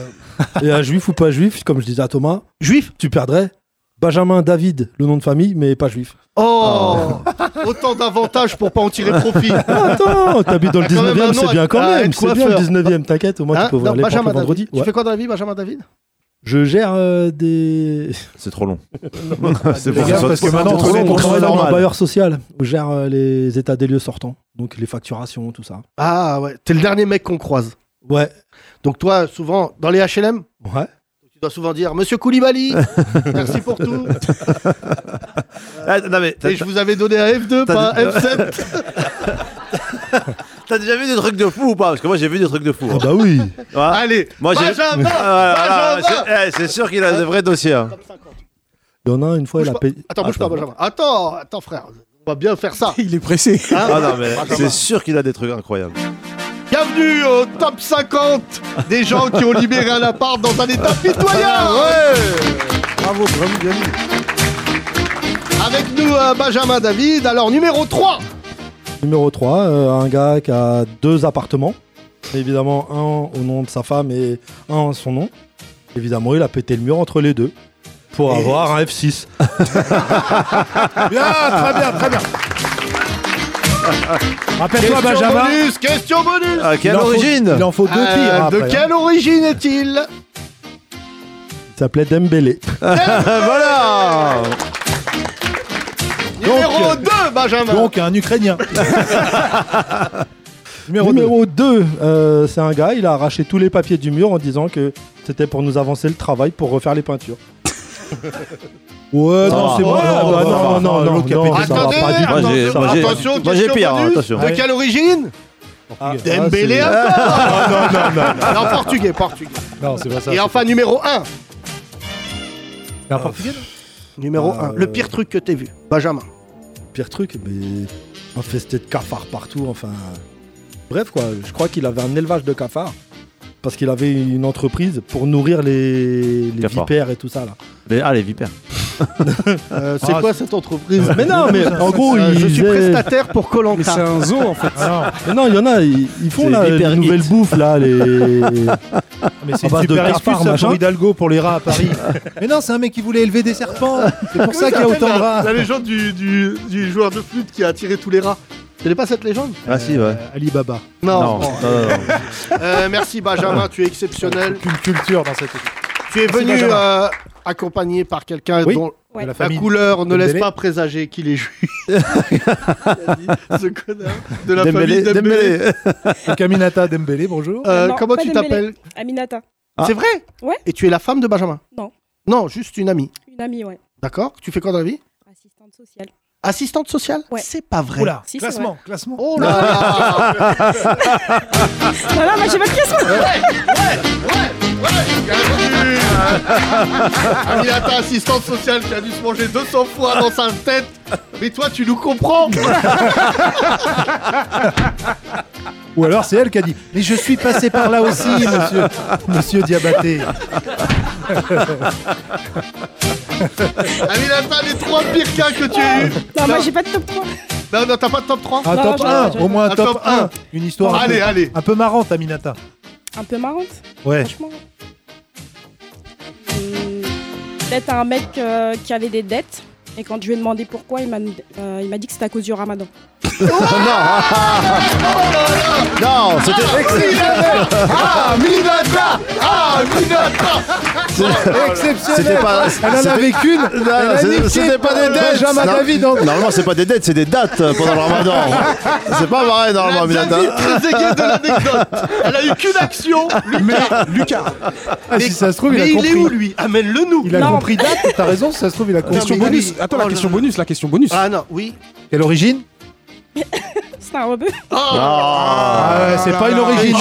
M: Et un juif ou pas juif, comme je disais à Thomas.
D: Juif
M: Tu perdrais Benjamin David, le nom de famille, mais pas juif.
D: Oh Autant d'avantages pour pas en tirer profit.
M: Attends, t'habites dans le
D: T'as quand même
M: 19 e
D: un an
M: c'est bien
D: à-
M: quand
D: à
M: même.
D: être
M: C'est bien le
D: coiffeur.
M: 19 e t'inquiète, au moins
D: Hein
M: tu peux ouvrir
D: Non,
M: les portes
D: Benjamin
M: le
D: David.
M: vendredi.
D: Tu
M: Ouais.
D: fais quoi dans la vie, Benjamin David
M: Je gère euh, des.
J: C'est trop long.
M: C'est pour ça parce que maintenant,
J: trop long
M: on
J: pour
M: travaille
J: soi,
M: dans un
J: normal.
M: bailleur social où je gère euh, les états des lieux sortants, donc les facturations, tout ça.
D: Ah ouais, t'es le dernier mec qu'on croise.
M: Ouais.
D: Donc toi, souvent, dans les HLM,
M: Ouais.
D: tu dois souvent dire Monsieur Koulibaly, merci pour tout.
N: Ah, non, mais t'as-
D: Et je vous avais donné un F2, pas
N: t'as-
D: un F7.
N: T'as déjà vu des trucs de fou ou pas Parce que moi j'ai vu des trucs de
D: Ah,
N: fou.
M: bah oui.
D: Allez,
N: moi j'ai.
D: Benjamin,
N: Ah, voilà,
D: Benjamin.
N: c'est- eh, C'est sûr qu'il a de vrais dossiers. hein.
M: Il y en a un, une fois, il a payé.
D: Attends, bouge pas, Benjamin. Attends, attends, frère. On va bien faire ça.
M: Ah,
D: Hein
M: Il est pressé.
N: Ah, non mais
D: Benjamin.
N: c'est sûr qu'il a des trucs incroyables.
D: Bienvenue au top 50 des gens qui ont libéré un appart dans un état
M: Ah
D: pitoyable.
M: Bravo, bravo, bienvenue.
D: Avec nous, euh, Benjamin David. Alors, numéro 3.
M: Numéro 3, un gars qui a deux appartements. Évidemment, un au nom de sa femme et un en son nom. Évidemment, il a pété le mur entre les deux pour avoir un F6.
D: Bien,
F: Ah,
D: très bien, très bien.
M: Rappelle-toi,
D: Question
M: Benjamin.
D: bonus, question bonus. Euh,
M: Ah, quelle Il en faut- origine il en faut deux tirs, hein,
D: De
M: après,
D: quelle origine est-il
M: Il s'appelait Dembélé. Ah,
N: voilà
D: Numéro 2, Benjamin.
F: Donc un Ukrainien.
M: Numéro, 2, c'est un gars, il a arraché tous les papiers du mur en disant que c'était pour nous avancer le travail pour refaire les peintures. Ouais,
N: Ça
M: non,
F: Ah.
N: va.
M: c'est bon.
F: Oh,
N: Ouais, bah,
M: non, bah,
N: bah, bah,
M: non, non, non,
N: bah,
M: non,
N: l'autre qui a
M: non,
N: pété
M: ça
N: le
M: va
N: mur.
M: pas du tout.
N: Attendez, Moi, j'ai- moi, j'ai-
D: Attention,
N: moi, j'ai
D: question
N: pire, hein,
D: bonus.
N: attention.
D: De quelle origine Dembélé
M: Ah,
D: encore
M: c'est- Ah, non, non, non.
D: Non, portugais, portugais.
M: Non, c'est pas ça. Ah,
D: Et enfin, numéro 1.
M: C'est un portugais,
D: Numéro 1. Le pire truc que t'aies vu, Benjamin.
M: pire truc, mais infesté de cafards partout, enfin. Bref quoi, je crois qu'il avait un élevage de cafards parce qu'il avait une entreprise pour nourrir les, les
N: Cafards.
M: vipères et tout ça là.
N: Les- Ah les vipères.
D: Euh, c'est
M: Ah,
D: quoi
M: c'est-
D: cette entreprise
M: Mais non, mais en gros,
D: Euh, je
M: ils
D: suis
M: aient-
D: prestataire pour Colanta.
M: Mais c'est un zoo, en fait. Mais non, il y en a, ils, ils font
F: C'est
M: là,
F: l'hyper
M: les nouvelles bouffes là, les.
F: Mais c'est
M: à
F: une
M: base de
F: super excuse
M: cafards,
F: ça,
M: machin.
F: pour Hidalgo, pour les rats à Paris. Mais non, c'est un mec qui voulait élever des serpents. C'est pour
D: Comment
F: ça qu'il y a
D: s'appelle
F: autant de
D: la-
F: rats.
D: La légende du, du- du joueur de flûte qui a attiré tous les rats. Tu connais pas cette légende
N: Ah si ouais.
F: Ali Baba.
D: Non.
N: Non,
D: Bon.
N: non, non, non.
D: Euh, merci Benjamin, tu es exceptionnel.
F: Une culture dans cette équipe.
D: Tu es
F: Merci,
D: venu
F: Benjamin.
D: euh, accompagné par quelqu'un
F: Oui.
D: dont
F: Ouais. De la
D: la,
F: famille
D: couleur ne laisse
F: Dembélé.
D: pas présager qu'il est juif. Il a dit, ce connard de la
N: Dembélé,
D: famille Dembélé.
N: Dembélé.
F: Donc Aminata Dembélé, bonjour.
D: Euh,
O: Non,
D: comment
O: pas
D: tu
O: Dembélé.
D: t'appelles
O: Aminata.
D: C'est vrai
O: Ouais.
D: Et tu es la femme de Benjamin
O: Non,
D: Non, juste une amie.
O: une amie, ouais.
D: D'accord Tu fais quoi dans la vie
O: Assistante sociale.
D: Assistante sociale C'est pas vrai.
O: Oula, Si, c'est classement, vrai.
F: classement.
D: Oh là là
O: Non, non, moi j'ai pas de classement.
D: Aminata, assistante sociale, qui a dû se manger 200 fois dans sa tête. Mais toi, tu nous comprends
F: Ou alors c'est elle qui a dit Mais je suis passé par là aussi, monsieur, monsieur Diabaté.
D: Aminata, les trois pires cas que tu as eu
O: Non, moi j'ai pas de top 3.
D: Non, non, t'as pas de top 3
F: Un top 1, au moins un top 1. Une histoire un
D: Allez,
F: peu-
D: allez.
F: un peu marrante, Aminata.
O: Un peu marrante.
F: Ouais.
O: Peut-être un mec euh, qui avait des dettes. Et quand je lui ai demandé pourquoi, il m'a euh, il m'a dit que c'était à cause du ramadan.
N: Non, c'était
D: Ah, Minata Ah, Minata
N: Exceptionnel. C'était pas.
F: Elle en
N: c'était-
F: avait qu'une.
N: Non,
F: Elle a
N: c'est-
F: niqué
N: C'était pas des dettes.
F: Benjamin
N: Non,
F: David, hein.
N: Normalement, c'est pas des dettes, c'est des dates euh, pendant le Ramadan. C'est pas pareil
F: Ah,
N: normalement, Minata.
D: de l'anecdote Elle a eu qu'une action Mais Lucas
F: Ah, si ça se trouve, il a
D: Mais il est
F: compris.
D: où, lui Amène-le nous
F: Il a compris date, t'as raison, si ça se trouve, il a compris.
D: Question bonus. Attends, la question
F: bonus, la question bonus.
D: Ah non, oui.
F: Quelle origine
O: C'était un rebeu.
F: Ah ouais, c'est pas une
D: Oh.
F: origine.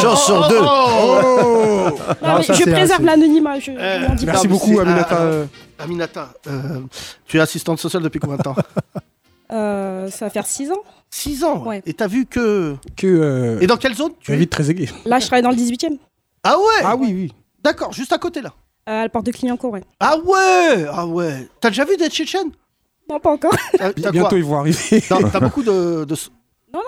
O: Non, mais je préserve l'anonymat. Je,
D: Euh.
O: je n'en dis pas.
D: beaucoup, Aminata.
P: Ah,
D: Aminata, euh, tu es assistante sociale depuis combien de temps
O: Euh, ça va faire 6 ans.
D: 6 ans
O: Ouais.
D: Et t'as vu que.
P: Que. euh,
D: Et dans quelle zone
M: Euh,
D: tu es
P: David Trezeguet.
O: Là, je travaille dans le 18 e
D: Ah ouais
P: Ah oui, oui.
D: D'accord, juste à côté là.
O: euh, À la porte de Clignancourt, ouais.
D: Ah ouais Ah ouais T'as déjà vu des Tchétchènes
O: Non, pas encore.
P: Bientôt, ils vont arriver.
D: Non, T'as beaucoup de. de...
O: Non, non.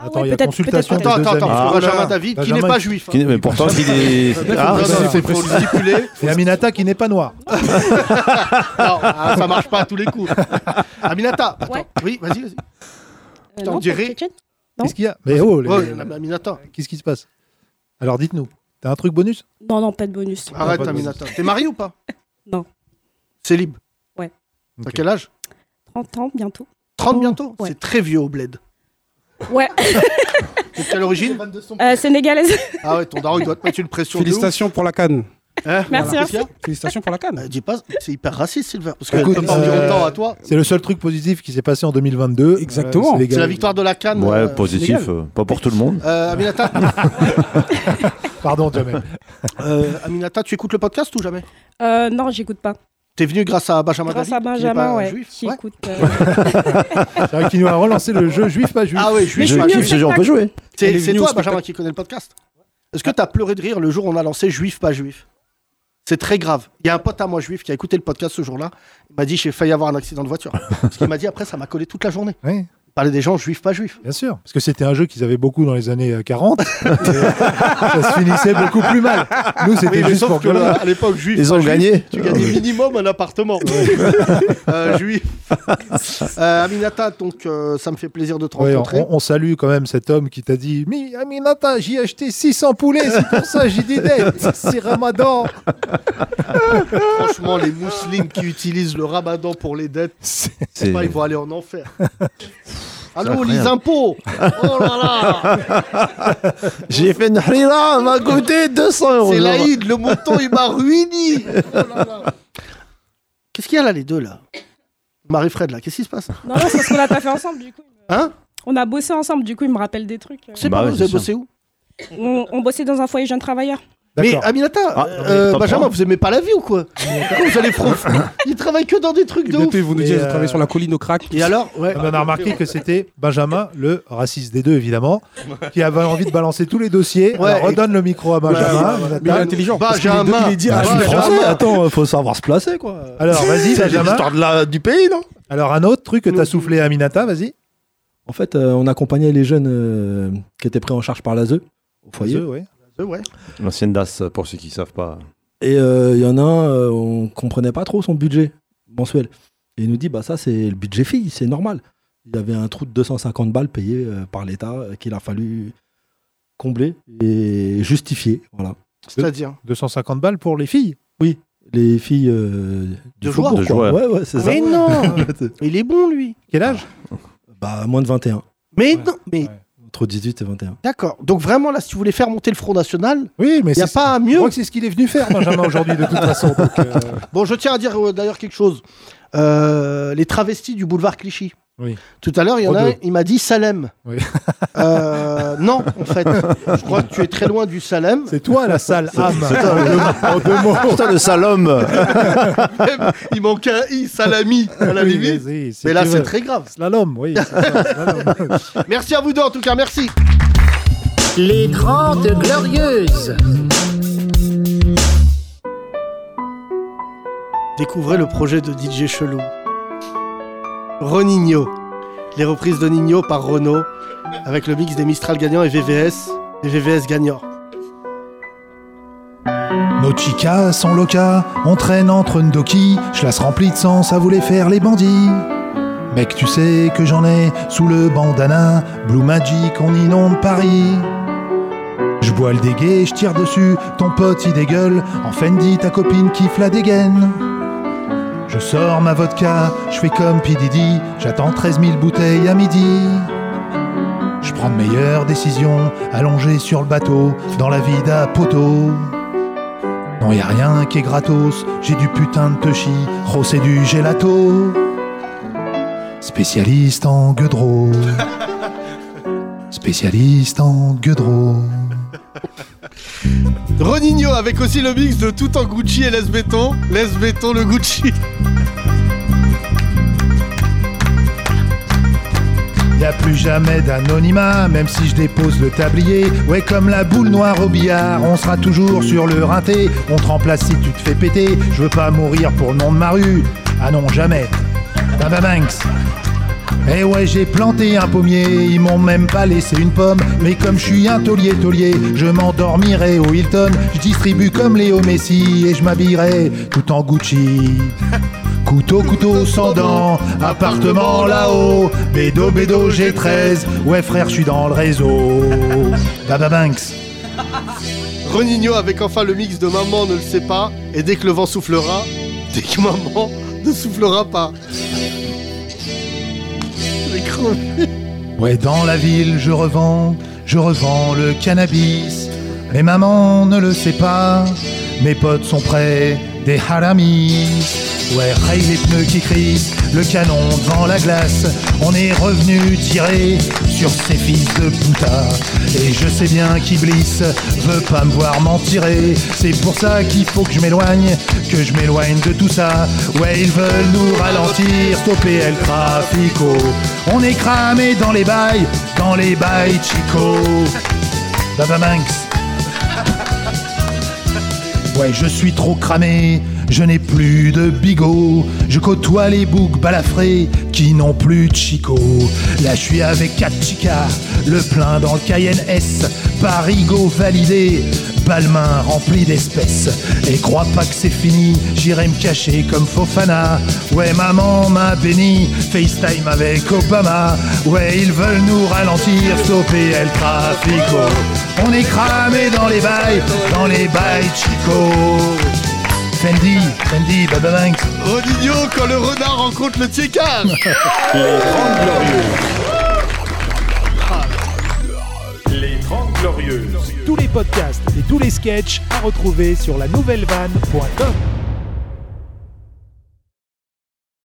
F: Attends, il y a consultation.
D: Attends,
F: des
D: attends,
F: deux
D: attends, parce que
F: amis.
D: Benjamin David, qui n'est pas juif. hein.
N: Qui n'est- mais pourtant, qui est- Ah,
D: Faut le
N: c'est-
D: préciser, faut le stipuler.
F: Et Aminata qui n'est pas noire.
D: Non, ah, ça marche pas à tous les coups. Aminata, attends. Oui, vas-y, vas-y. Putain,
O: Euh, non,
D: on
O: pas
D: dirait.
O: tchétchène.
F: Qu'est-ce qu'il y a Mais oh, les-
D: Ouais, mais Aminata.
F: qu'est-ce qui se passe Alors dites-nous, t'as un truc bonus
O: Non, non, pas de bonus.
D: Arrête,
F: pas de
D: Aminata.
F: bonus.
D: T'es marié ou pas
O: Non.
D: Célib
O: Ouais.
D: T'as quel âge
O: 30 ans bientôt. Oh,
D: 30 bientôt C'est très vieux au bled.
O: Ouais.
D: De quelle origine
O: Euh, sénégalaise.
D: Ah ouais, ton daron, il doit te mettre une pression. de ouf.
P: Félicitations pour la canne.
D: Hein
O: Merci,
D: Qu'est-ce qu'il y a
O: merci.
P: Félicitations pour la canne.
D: Dis pas, c'est hyper raciste, Silver. Parce que
F: Écoute,
D: t'as pas dit
F: euh,
D: autant à toi.
F: C'est le seul truc positif qui s'est passé en 2022.
P: Exactement.
F: Euh, les
D: C'est
F: gars-
D: la victoire de la Cannes.
N: Ouais,
D: euh,
N: positif,
D: Sénégal.
N: euh, pas pour tout le monde.
D: Euh, Aminata
F: Pardon, Jamel.
D: Euh, Aminata, tu écoutes le podcast ou jamais
O: Euh, non, j'écoute pas.
D: T'es venu grâce à Benjamin
O: Grâce à
D: David, qui n'est
O: Benjamin,
D: pas
O: ouais,
D: juif.
O: qui écoute. euh,
F: C'est vrai qu'il nous a relancé le jeu juif pas juif.
D: Ah oui,
F: Mais
D: juif.
F: je
D: pas juif.
F: suis venu au C'est- spectacle. on peut jouer. Elle est
D: C'est c'est
F: venue au
D: toi,
F: spectacle.
D: Benjamin, qui connais le podcast. Est-ce que t'as pleuré de rire le jour où on a lancé juif, pas juif C'est très grave. Il y a un pote à moi juif qui a écouté le podcast ce jour-là. Il m'a dit j'ai failli avoir un accident de voiture. Parce qu'il m'a dit après, ça m'a collé toute la journée.
F: Oui.
D: Il parlait des gens juifs, pas juifs.
F: Bien sûr, parce que c'était un jeu qu'ils avaient beaucoup dans les années euh, 40. Et euh, ça se finissait beaucoup plus mal. Nous, c'était
D: Oui, mais
F: juste
D: Ah, sauf
F: pour
D: que
F: gueuler.
D: là, à l'époque, juif.
N: Ils
D: pas
N: ont
D: juif,
N: gagné.
D: Tu gagnais minimum un appartement. Euh, juif. Euh, Aminata, donc, euh, ça me fait plaisir de te
F: Ouais, on,
D: rencontrer.
F: on salue quand même cet homme qui t'a dit Mais Aminata, j'ai acheté 600 poulets, c'est pour ça que j'ai dit C'est Ramadan.
D: Franchement, les musulmans qui utilisent le ramadan pour les dettes, c'est pas, ils vont aller en enfer. Allô, les
N: incroyable.
D: impôts Oh là là
N: J'ai fait une harira, on m'a coûté 200 euros.
D: C'est l'Aïd, le mouton, il m'a ruiné Oh là là. Qu'est-ce qu'il y a là, les deux, là Marie-Fred, là, qu'est-ce qui se passe
O: Non, non, c'est parce qu'on l'a pas fait ensemble, du coup.
D: Hein
O: On a bossé ensemble, du coup, il me rappelle des trucs. euh.
D: C'est pas Bah vrai, ouais, vous avez c'est bossé ça. où
O: on, on bossait dans un foyer jeune travailleur.
D: Mais Aminata, euh, Benjamin, vous aimez pas la vie ou quoi Pourquoi vous allez profiter Il travaille que dans des trucs de ouf
P: Bientôt, ils vont nous dire, vous travaillez sur la colline au crack.
D: Et alors ouais.
F: On a remarqué que c'était Benjamin, le raciste des deux évidemment, qui avait envie de balancer tous les dossiers.
D: Ouais,
F: Alors, redonne le micro à Benjamin.
P: ouais, ouais.
F: Jonathan.
P: Mais il
D: Bah,
P: est intelligent, parce que les deux, Benjamin. il est dit,
F: Ah,
P: Benjamin.
F: je suis français. euh,
M: Attends, faut savoir se placer, quoi.
F: Alors, vas-y,
M: C'est
F: Benjamin.
M: l'histoire
F: du pays, non Alors, un autre truc que t'as soufflé à Aminata, vas-y.
M: En fait, euh, on accompagnait les jeunes euh, qui étaient pris en charge par l'ASE au foyer.
F: Vas-y, ouais.
D: Euh, ouais.
N: L'ancienne DAS, pour ceux qui savent pas.
M: Et euh, il y en a un, euh, on comprenait pas trop son budget mensuel. Et il nous dit, bah ça c'est le budget fille, c'est normal. Il y avait un trou de 250 balles payé euh, par l'État euh, qu'il a fallu combler et justifier. Voilà.
D: C'est-à-dire
F: 250 balles pour les filles
M: Oui, les filles euh, du
D: De joueurs.
M: faubourg, quoi. Ouais, ouais,
N: Ah
M: c'est ça.
D: Mais non Il est bon, lui
F: Quel âge
M: Bah moins de 21.
D: Mais non, mais
M: Entre 18 et 21.
D: d'accord. Donc vraiment, là, si tu voulais faire monter le Front National,
F: oui, mais
D: il n'y a pas un mieux. Je
F: crois que c'est ce qu'il est venu faire, Benjamin, aujourd'hui, de toute façon. euh,
D: Bon, je tiens à dire euh, d'ailleurs quelque chose. Euh, les travestis du boulevard Clichy.
F: Oui.
D: Tout à l'heure, il y en a un,
F: Redeux.
D: il m'a dit Salem. Euh, non, en fait, je crois que tu es très loin du Salem.
F: C'est toi la sale âme.
N: En
F: deux mots.
N: Ah, Putain, le sale homme.
D: Il manquait un i, Salami, à la
F: Oui,
D: limite.
F: vas-y, si
D: Mais là,
F: tu
D: c'est
F: veux.
D: très grave.
F: Slalom, oui. c'est ça, slalom.
D: Merci à vous deux, en tout cas, merci.
B: Les Grandes Glorieuses.
D: Découvrez le projet de DJ Chelou. Ronigno. Les reprises de Nino par Renault, avec le mix des Mistral gagnants et VVS, et VVS gagnants.
A: Nos chicas sont locas, on traîne entre Ndoki, je laisse remplie de sens à voulait faire les bandits. Mec, tu sais que j'en ai sous le bandana, Blue Magic, on inonde Paris. Je bois le dégué, je tire dessus, ton pote il dégueule, en Fendi ta copine kiffe la dégaine. Je sors ma vodka, je fais comme P. Diddy, j'attends 13 000 bouteilles à midi. Je prends de meilleures décisions, allongé sur le bateau, dans la vie d'un poteau. Non, y a rien qui est gratos, j'ai du putain de toshi, rosé du gelato. Spécialiste en gueudreau. Spécialiste en gueudreau.
D: Ronigno avec aussi le mix de tout en Gucci et Les Béton. Les Béton le Gucci.
A: Y a plus jamais d'anonymat, même si je dépose le tablier. Ouais, comme la boule noire au billard, on sera toujours sur le rinté. On te remplace si tu te fais péter. Je veux pas mourir pour le nom de ma rue. Ah non, jamais. Baba Banks. Eh ouais, j'ai planté un pommier, ils m'ont même pas laissé une pomme. Mais comme je suis un taulier taulier, je m'endormirai au Hilton. Je distribue comme Léo Messi et je m'habillerai tout en Gucci. Couteau, couteau, sans dents, appartement là-haut. Bédo, bédo, j'ai 13. Ouais, frère, je suis dans le réseau. Baba Banks.
D: Ronigno avec enfin le mix de Maman ne le sait pas, et dès que le vent soufflera, dès que Maman ne soufflera pas. J'ai crevé.
A: Ouais, dans la ville, je revends, je revends le cannabis. Mais maman ne le sait pas, mes potes sont prêts, des haramis. Ouais, raye les pneus qui crissent, le canon devant la glace. On est revenu tirer sur ces fils de puta. Et je sais bien qu'ils blissent, veut pas me voir m'en tirer. C'est pour ça qu'il faut que je m'éloigne, que je m'éloigne de tout ça. Ouais, ils veulent nous ralentir, stopper El Trafico. On est cramé dans les bails, dans les bails, Chico. Baba Manx. Ouais, je suis trop cramé, je n'ai plus de bigot. Je côtoie les boucs balafrés qui n'ont plus de chico. Là, je suis avec 4 chicas, le plein dans le Cayenne S. Parigo validé, Balmain rempli d'espèces. Et crois pas que c'est fini, j'irai me cacher comme Fofana. Ouais, maman m'a béni, FaceTime avec Obama. Ouais, ils veulent nous ralentir, stopper El Trafico. On est cramé dans les bails, dans les bails, Chico. Fendi, Fendi, Baba Banks.
D: Ronigno quand le renard rencontre le tiécard
Q: Les 30 glorieuses.
B: Tous les podcasts et tous les sketchs à retrouver sur la nouvellevanne.com.